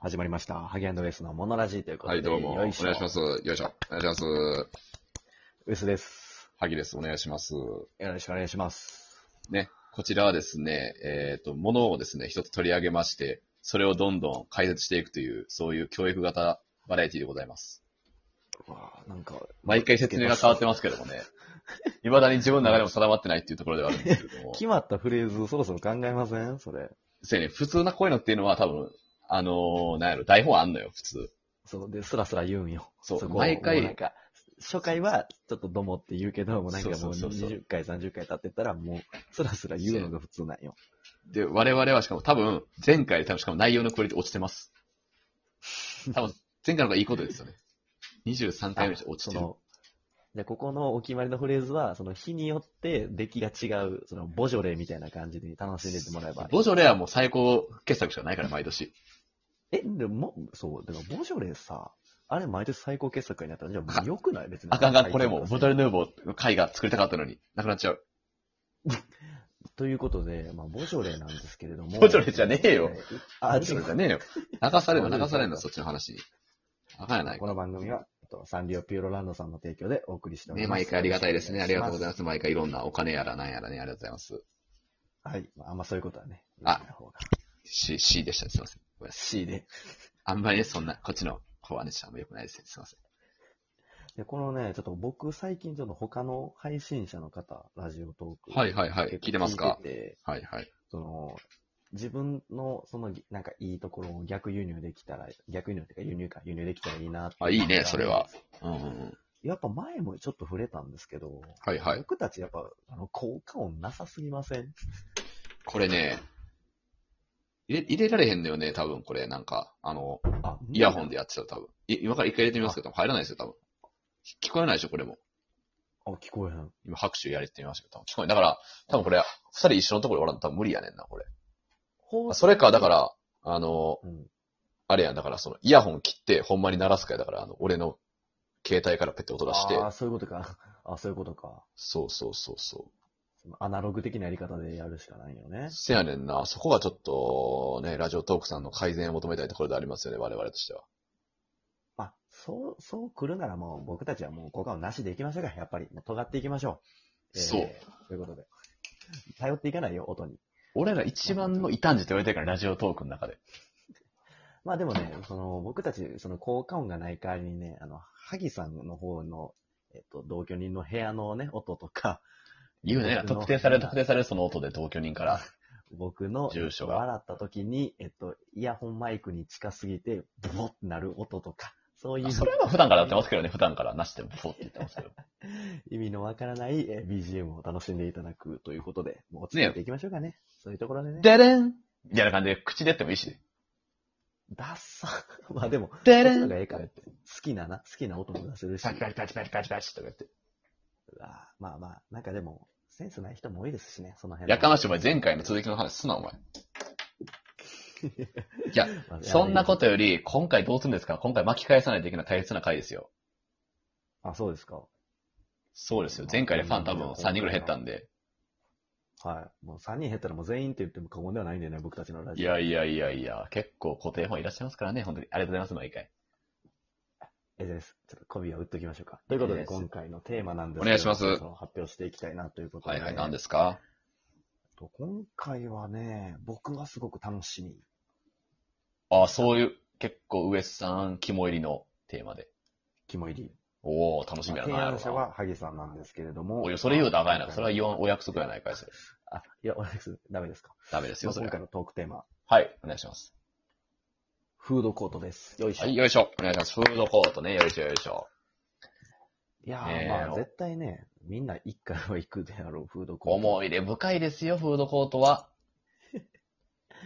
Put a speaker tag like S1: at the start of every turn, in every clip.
S1: 始まりました。ハギアンドウェスのモノラジーということ
S2: は
S1: で。。
S2: い、どうも。お願いしますす。よいしょ。お願いします。
S1: ウスです。
S2: 萩です。お願いします。
S1: よろしくお願いします。
S2: ね、こちらはですね、えっ、と、ものをですね、一つ取り上げまして、それをどんどん解説していくという、そういう教育型バラエティでございます。
S1: うわぁなんか、
S2: 毎回説明が変わってますけども ね、未だに自分の中でも定まってないっていうところではあるんですけ れども、
S1: 決まったフレーズそろそろ考えませんそれ。
S2: そうやね、普通なこういうのっていうのは多分、あのーなんやろ、台本あんのよ、普通。
S1: そう、で、スラスラ言うんよ。
S2: そう
S1: こを
S2: 毎回
S1: もうなんか、初回はちょっとどもって言うけど、もうなんかもう
S2: そうそうそうそう
S1: 20回、30回経ってたら、もう、スラスラ言うのが普通なんよ。
S2: で、我々はしかも多分、前回、多分しかも内容のクオリティ落ちて ます。多分、前回の方がいいことですよね。23回目で落ち
S1: そ
S2: てる。
S1: の、じゃあここのお決まりのフレーズは、その日によって出来が違う、その、ボジョレーみたいな感じで楽しんでってもらえば。
S2: ボジョレはもう最高傑作しかないから、毎年。
S1: え、でも、もうそう、だからボジョレーさ、あれ毎年最高傑作になったら、じゃあもう良くない別に。
S2: あかんあかん、これも、ボジ
S1: レ
S2: ョレ・ヌーボーの回が作りたかったのに、なくなっちゃう。
S1: ということで、まあ、ボジョレーなんですけれども。
S2: ボジョレーじゃねえよ。
S1: あ、
S2: ボ
S1: 違
S2: ジョレじゃ
S1: う。
S2: ねえよ。流されるな、流されるな、そっちの話に。あかんやない
S1: こ
S2: か。
S1: の番組は、えっとサンリオピューロランドさんの提供でお送りしており
S2: ね、
S1: ます。
S2: 毎回ありがたいですね。ありがとうござい
S1: ま
S2: ます。毎回いろんなお金やらなんやらね、ありがとうございます。
S1: す。はい。まあ、あんまそういうことはね。
S2: あ
S1: 言わない方が
S2: C、C でした。すいません。ごめんなさい
S1: C で。
S2: あんまりね、そんな、こっちの方はね、あんま良くないですね。すいません。
S1: で、このね、ちょっと僕最近ちょっと他の配信者の方、ラジオトーク。
S2: はいはいはい
S1: 結構
S2: 聞いてますか
S1: 聞いてて
S2: はいはい。
S1: その、自分の、その、ぎなんかいいところを逆輸入できたら、逆輸入っていうか輸入か、輸入できたらいいなって
S2: あいいねそれは。うんうんうん。
S1: やっぱ前もちょっと触れたんですけど、
S2: はいはい。
S1: 僕たちやっぱ、あの、効果音なさすぎません
S2: これね、入れ入れられへんのよね、多分これ、なんか、あの、
S1: あ、
S2: イヤホン
S1: で。
S2: でやってたら多分。い今から一回入れてみますけど、多分入らないですよ、多分。聞こえないでしょ、これも。
S1: あ、聞こえへん。
S2: 今拍手やれてみましたけど、多分聞こえない。だから、多分これ、二人一緒のところで笑うの多分無理やねんな、これ。
S1: ほ
S2: あそれか、だから、あの、
S1: うん。
S2: あれやん、だからその、イヤホン切って、ほんまに鳴らすかや、だから、あの、俺の携帯からペッて音出して
S1: あ、あ、そういうことか。 あ、そういうことか。
S2: そうそうそうそう。
S1: そのアナログ的なやり方でやるしかないよね。
S2: せやねんな。そこがちょっと、ね、ラジオトークさんの改善を求めたいところでありますよね、我々としては。
S1: まあ、そう、そう来るならもう僕たちはもう効果音なしでいきましょうか。やっぱり、もう尖っていきましょう。
S2: そう
S1: ということで。頼っていかないよ、音に。
S2: 俺ら一番の異端児って言われてるから、ラジオトークの中で。
S1: まあでもね、その、僕たち、その効果音がない代わりにね、あの、萩さんの方の、えっと、同居人の部屋のね、音とか、
S2: 言うね。
S1: 僕の
S2: 特定される、特定されるその音で同居人から。
S1: 僕の、
S2: 住所が
S1: 笑った時に、えっと、イヤホンマイクに近すぎて、ブボってなる音とか、そういう
S2: それは普段からやってますけどね、普段からなしでも、そうって言ってますけ ど。
S1: 意味のわからないえー BGM を楽しんでいただくということで、もう落ち着いていきましょうかね。そういうところでね。
S2: デレンみたいな感じで、口でやってもいいしね。
S1: ダッサ。まあでも、
S2: デ
S1: レン
S2: とか言って。
S1: 好きなな、好きな音も出せるし
S2: パ、チパチパチパチパチパチとか言って。
S1: あーまあまあ、なんかでも、センスない人も多いですしね、その辺は
S2: やかましいお前、前回の続きの話すな、お前。いや、
S1: まあ
S2: そんなことより、今回どうするんですか今回巻き返さないといけない大切な回ですよ。
S1: あ、そうですか。
S2: そうですよ。前回でファン多分3人ぐらい減ったんで。
S1: はい。もう3人減ったらもう全員って言っても過言ではないんだよね、僕たちのラ
S2: い
S1: ジオ。
S2: やいやいやいや、結構固定ファンいらっしゃいますからね、本当に。ありがとうございます、毎回。
S1: えです。ちょっと媚びを打っときましょうか。ということで、
S2: です
S1: 今回のテーマなんです
S2: お願いします
S1: そろそろ発表していきたいなということで。
S2: はいはい、何ですか
S1: と今回はね、僕はすごく楽しみ。
S2: あそういう、結構、ウエスさん肝入りのテーマで。
S1: 肝入り。
S2: おお楽しみやな。
S1: 提案者
S2: やろ
S1: は萩さんなんですけれど
S2: な
S1: も。
S2: おい、それ言うとあかんやな。それは言わんお約束やないかい、それ。
S1: あ、いや、私、ダメですか。
S2: ダメですよ、それ
S1: 今
S2: は
S1: 回。のトークテーマ、
S2: はい、お願いします。
S1: フードコートです。よいしょ。
S2: はい、
S1: い、
S2: よいしょ。お願いします。フードコートね、よいしょよいしょ。
S1: やー、
S2: ねえ
S1: まあ、絶対ね、みんな一回は行くであろう、フードコート。
S2: 思い入れ深いですよ、フードコー トは。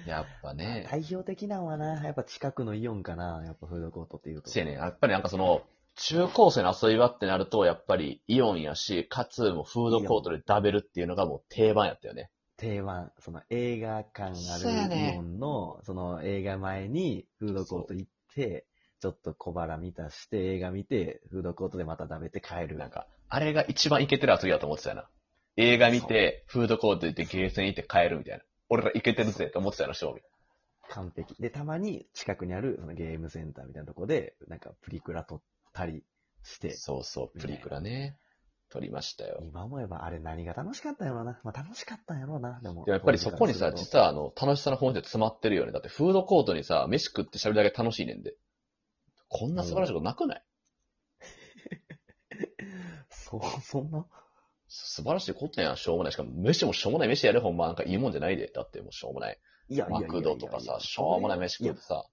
S2: やっぱね。
S1: 代表的なのはな、やっぱ近くのイオンかな、やっぱフードコートっていうと。
S2: せやね、やっぱりなんかその、中高生の遊び場ってなると、やっぱりイオンやし、かつもうフードコートで食べるっていうのがもう定番やったよね。
S1: 定番、その映画館
S2: そう
S1: あ
S2: や
S1: る
S2: ね
S1: イオンの、その映画前にフードコート行って、ちょっと小腹満たして映画見て、フードコートでまた食べて帰る。
S2: なんか、あれが一番イケてる遊びだと思ってたよな。映画見て、フードコート行ってゲーセン行って帰るみたいな。俺らイケてるぜと思ってたよな、正味。
S1: 完璧。で、たまに近くにあるそのゲームセンターみたいなとこで、なんかプリクラ撮ったりして、
S2: そうそう、プリクラね。撮りましたよ。
S1: 今思えばあれ何が楽しかったんやろうな。まあ楽しかったんやろうな、でも。
S2: でもやっぱりそこにさ、実
S1: は。
S2: はあの、楽しさの本質が詰まってるよね。だってフードコートにさ、飯食って喋るだけ楽しいねんで。こんな素晴らしいことなくない、
S1: そう、そんな
S2: 素晴らしいことやん、しょうもない。しかも、飯もしょうもない飯やれ、ほんま。なんかいいもんじゃないで。だってもうしょうもない。
S1: いやいや
S2: マ
S1: いやいや
S2: クドとかさ、しょうもない飯食ってさ。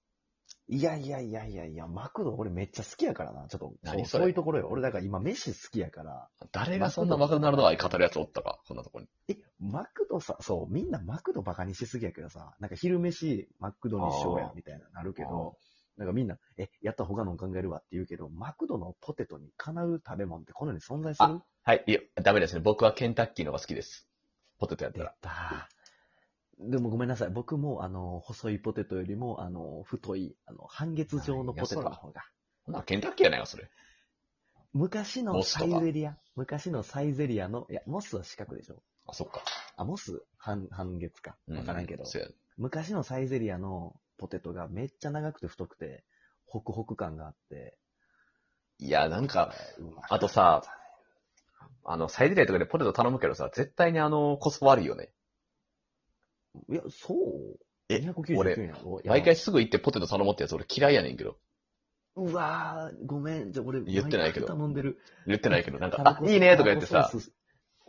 S1: いやいやいやいやいや、マクド俺めっちゃ好きやからな。ちょっと、
S2: 何
S1: そう
S2: それ
S1: そういうところよ。俺だから今飯好きやから。
S2: 誰がそんなマクドナルドの愛語るやつおったか、こんなとこに。
S1: え、マクドさ、そう、みんなマクドバカにしすぎやけどさ、なんか昼飯マクドにしようや
S2: あ、ー
S1: みたいななるけど、なんかみんな、え、やったら他のも考えるわって言うけど、マクドのポテトにかなう食べ物ってこの世に存在する
S2: はい、いや、ダメですね。僕はケンタッキーの方が好きです。ポテトやった
S1: 出
S2: ら。
S1: た。でもごめんなさい。僕も、あの、細いポテトよりも、あの、太い、あの、半月状のポテトの方が。
S2: ほな、ケンタッキーやないか、それ。
S1: 昔の
S2: モスと
S1: サ
S2: か
S1: イゼリア、昔のサイゼリアの、いや、モスは四角でしょ。
S2: あ、そっか。
S1: あ、モス半、半月か。
S2: う
S1: わからんけど、
S2: そうや
S1: 昔のサイゼリアのポテトがめっちゃ長くて太くて、ホクホク感があって。
S2: いや、なんか、
S1: うまかった
S2: あとさ、あの、サイゼリアとかでポテト頼むけどさ、絶対にあの、コスパ悪いよね。
S1: いや、そう
S2: え
S1: 299円やろ
S2: 毎回、すぐ行ってポテト頼もうってやつ俺嫌いやねんけど。
S1: うわぁ、ごめん。じゃあ俺、
S2: 言ってないけど
S1: 毎回頼んでる。
S2: 言ってないけ ど、なんか、
S1: タバ
S2: あ、
S1: コ
S2: いいねとか言って
S1: タバ
S2: さ
S1: コ、ソース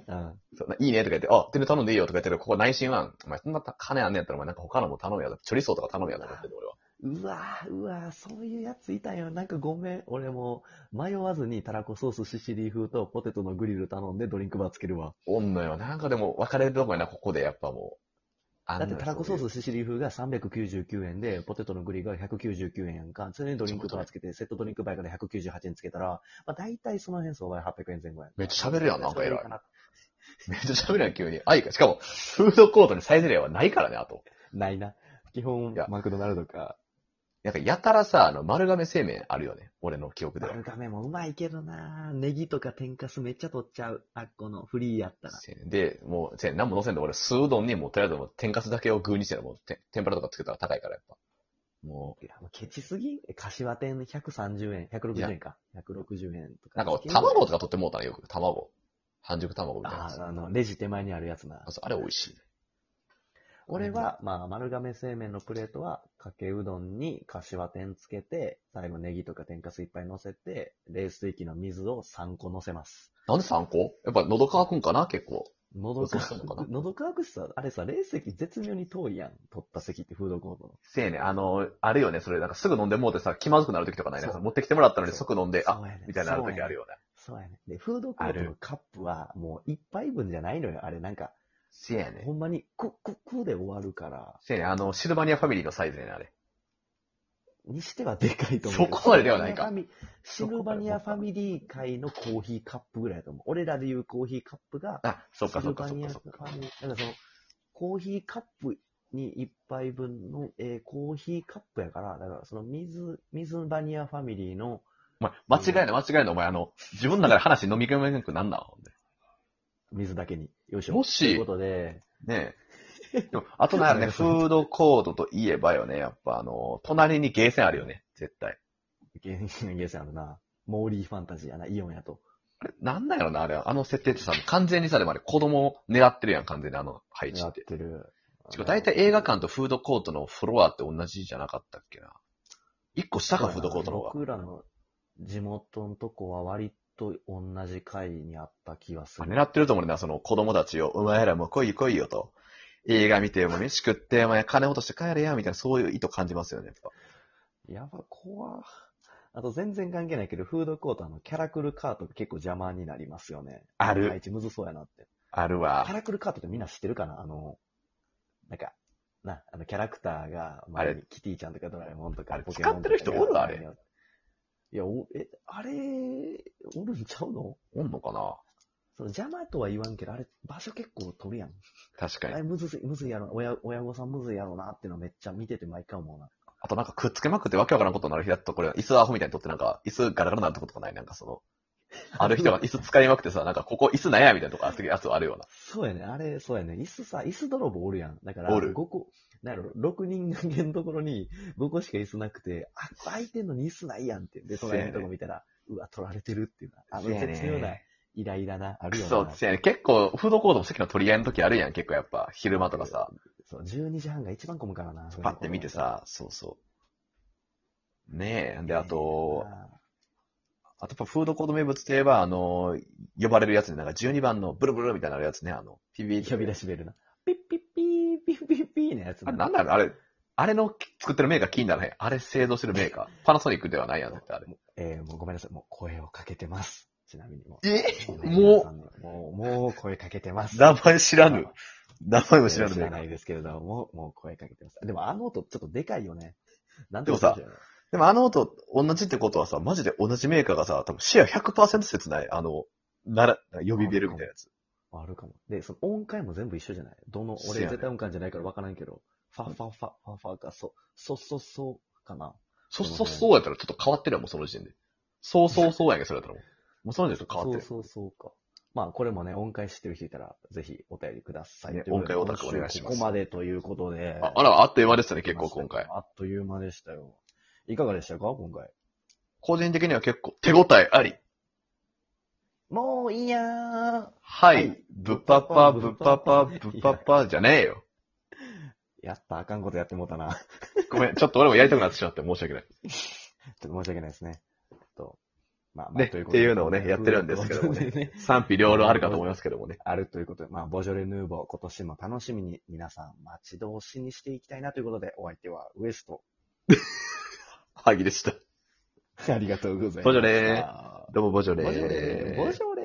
S1: うん。
S2: そうないいねとか言って、あ、全然頼んでいいよとか言ってるけどここ内心は、お前そんな金あんねやったらお前なんか他のも頼むやろ。チョリソーとか頼むやろと思ってる俺は。
S1: うわぁ、うわぁ、そういうやついたよ。なんかごめん。俺もう迷わずにたらこソースシシリー風とポテトのグリル頼んでドリンクバーつけるわ。
S2: おんのよ。なんかでも別れるとこやな、ここでやっぱもう。あん
S1: だ
S2: な
S1: ってたらこソ
S2: そ
S1: ー
S2: ういう
S1: スシシリー風が399円で、ポテトのグリルが199円やんか。それにドリンクバーつけて、セットドリンクバーから198円つけたら、まあ大体その辺相場800円前後やんか。
S2: めっちゃ喋るやんなんか偉い
S1: それでいいな
S2: めっちゃ喋るやん、急に。あいか。しかも、フードコートにサイゼリアはないからね、あと。
S1: ないな。基本
S2: いや、
S1: マクドナルドか。
S2: なんか、やたらさ、あの、丸亀製麺あるよね。俺の記憶では。
S1: 丸亀もうまいけどなネギとか天かすめっちゃ取っちゃう。あっこのフリーやったら。
S2: で、もう、せ何も乗せんで、俺、酢うどんにもう、とりあえずもう、天かすだけを具にして、もう、て天ぷらとかつけたら高いから、やっぱ。も
S1: いや、もうケチすぎ柏店130円、160円か。160円と
S2: う、
S1: か。
S2: なんかもう、卵とか取ってもうたらよく、卵。半熟卵みたいなや
S1: あ
S2: つ。
S1: あ、あの、レジ手前にあるやつな
S2: あ。そうあれ美味しいね。
S1: 俺は、まあ、丸亀製麺のプレートは、かけうどんに柏天つけて、最後ネギとか天かすいっぱい乗せて、冷水器の水を3個乗せます。
S2: なんで3個やっぱ喉乾くんかな結構。
S1: 喉乾
S2: そうなのかな
S1: く、喉乾くしさ、あれさ、冷水器絶妙に遠いやん。取った席ってフードコートの。
S2: せやねん、あの、あるよね、それ、なんかすぐ飲んでもうてさ、気まずくなる時とかないね。
S1: そう
S2: 持ってきてもらったのに
S1: そう
S2: 即飲んで、あ、
S1: そうやねん
S2: みたいになる時ある
S1: よ。
S2: よね。
S1: そうやねん。で、フードコートのカップは、もう一杯分じゃないのよ。あれ、なんか、
S2: せやねん
S1: ほ。んまに、クックックッで終わるから。
S2: せやねん、あの、シルバニアファミリーのサイズねん、あれ。
S1: にしてはでかいと思う。
S2: そこまでではないか
S1: シルバニアファミリー界のコーヒーカップぐらいだと思う。俺らで言うコーヒーカップが、
S2: あ、そっか
S1: シ
S2: そ
S1: ル
S2: っか
S1: バ
S2: そっ
S1: ニ
S2: か
S1: ア
S2: そ
S1: フ
S2: っか。
S1: ァミリー、なんかその、コーヒーカップに一杯分の、えーコーヒーカップやから、だからその水、水バニアファミリーの、
S2: お前、間違いない、間違いない、お前、あの、自分の中で話飲み込めなくなんな、ほんで。
S1: 水だけに。よいしょ。
S2: もし
S1: ということで、
S2: ねえ。 でもあとなん やろね、フードコートといえばよね、やっぱあの、隣にゲーセンあるよね、絶対。
S1: ゲーゲーセンあるな。モーリーファンタジーやな、イオンやと。
S2: あれ、なんだよな、あれ、あの設定ってさ、完全にさ、でもあれ、子供を狙ってるやん、完全にあの配置
S1: やっ
S2: って。
S1: てる。
S2: しかも大体映画館とフードコートのフロアって同じじゃなかったっけな。一個下か、フードコートの方が。
S1: 僕らの地元のとこは割と同じ階にあった気がする。
S2: 狙ってると思うねんな、その子供たちを、お前らもう来いよ来いよと。映画見て、もう飯食って、お前金落として帰れや、みたいな、そういう意図感じますよね、やっぱ。
S1: やば、怖あと全然関係ないけど、フードコートあのキャラクルカートが結構邪魔になりますよね。
S2: ある
S1: 配置むずそうやなって。
S2: ある
S1: キ
S2: わ
S1: ャ。ラクルカートってみんな知ってるかなあの、なんか、な、あのキャラクターが、
S2: あれ
S1: 前にキティちゃんとかドラえもんと
S2: あ
S1: か
S2: れ
S1: ポケモンとか
S2: 使ってる人おるあれ。
S1: いや、お、え、あれ、おるんちゃうの
S2: おんのかな
S1: その邪魔とは言わんけど、あれ、場所結構取るやん。
S2: 確か
S1: あれ
S2: に。
S1: むずい、むずいやろ、親、親御さんむずいやろなっていうのめっちゃ見てて毎回思うな。
S2: あとなんかくっつけまくってわけわからんことになる日だと、これ、椅子アホみたいにとってなんか、椅子ガラガラなんてことかないなんかその、ある人が椅 子使いまくってさ、なんかここ椅子なんやみたいなとこあるやつあるような。
S1: そうやね、あれ、そうやね、椅子さ、椅子泥棒おるやん。だから、
S2: おる
S1: 5個、なんやろ、6人がけのところに5個しか椅子なくて、あ、空いてんのに椅子ないやんって。で、
S2: そうや
S1: 隣
S2: ね
S1: のとこ見たら、うわ、取られてるっていうな。あの、
S2: そうやね
S1: 絶妙なイライラな、あるよな。
S2: そう、せやね。結構、フードコートの席の取り合いの時あるやん、結構やっぱ、昼間とかさ、
S1: そう、12時半が一番混むからな。
S2: パッて見てさ、そうそう。ねえ、で、あと、あとやっぱフードコート名物といえば、あの、呼ばれるやつね、なんか12番のブルブルみたいなのあるやつね、あの、ピビ
S1: 呼び出しベルな。ピッピッピー、ピッピッピーのやつ
S2: あれなんだろうあれ、あれの作ってるメーカー気にならへん。あれ製造してるメーカー。パナソニックではないやん、だってあれ。
S1: えー、もうごめんなさい。もう声をかけてます。ちなみにもう。
S2: え
S1: 皆さんにもう、もう声かけてます。
S2: 名前知らぬ。名前も
S1: 知
S2: 知
S1: ら
S2: ら
S1: な
S2: ぬ
S1: い。
S2: メーカー
S1: ですけれども、もう声かけてます。でもあの音ちょっとでかいよね。なん
S2: でもさでもあの音、同じってことはさ、マジで同じメーカーがさ、多分シェア100%説ない、あの、なら、呼びベルみたいなやつ。
S1: あるかも。で、その音階も全部一緒じゃないどの、
S2: そう
S1: 俺
S2: やね
S1: 絶対音感じゃないから分からんけど、ファファファ、ファファか、そ、そそそうかな。
S2: そ、
S1: そう
S2: そ、そうやったらちょっと変わってるやん、もうその時点で。そうそうそうやんけ、それやったらもう。もうその時点で変わっ
S1: そ
S2: て
S1: う
S2: る。
S1: そうそうか。まあ、これもね、音階知ってる人いたら、ぜひお便りください。
S2: ね
S1: ということで
S2: 音階オタクお願いしま
S1: 今
S2: す
S1: 週ここまでということで。
S2: ああら、あっという間でしたね、結構今回。
S1: あっという間でしたよ。いかがでしたか今回。
S2: 個人的には結構手応えあり。
S1: もういいやー。
S2: は
S1: はい
S2: い、ぶっぱっぱ、ぶっぱっぱ、ぶっぱっぱ、じゃねえよ。
S1: やった、あかんことやってもうた な。
S2: ごめん、ちょっと俺もやりたくなってしまって申し訳ない。
S1: ちょっと申し訳ないですね。えっと、まあ、まあ
S2: ね、
S1: というこ
S2: っ
S1: と
S2: て
S1: で
S2: いうのをね、やってるんですけども
S1: という
S2: ね
S1: ことで。
S2: 賛否両論あるかと思いますけどもね。
S1: あるということで、まあ、ボジョレ・ヌーボー、今年も楽しみに皆さん待ち遠しにしていきたいなということで、お相手はウエス ト。
S2: 萩でした。
S1: ありがとうございます。
S2: ボジョレどうもボジョレ
S1: ボジョレボジョレ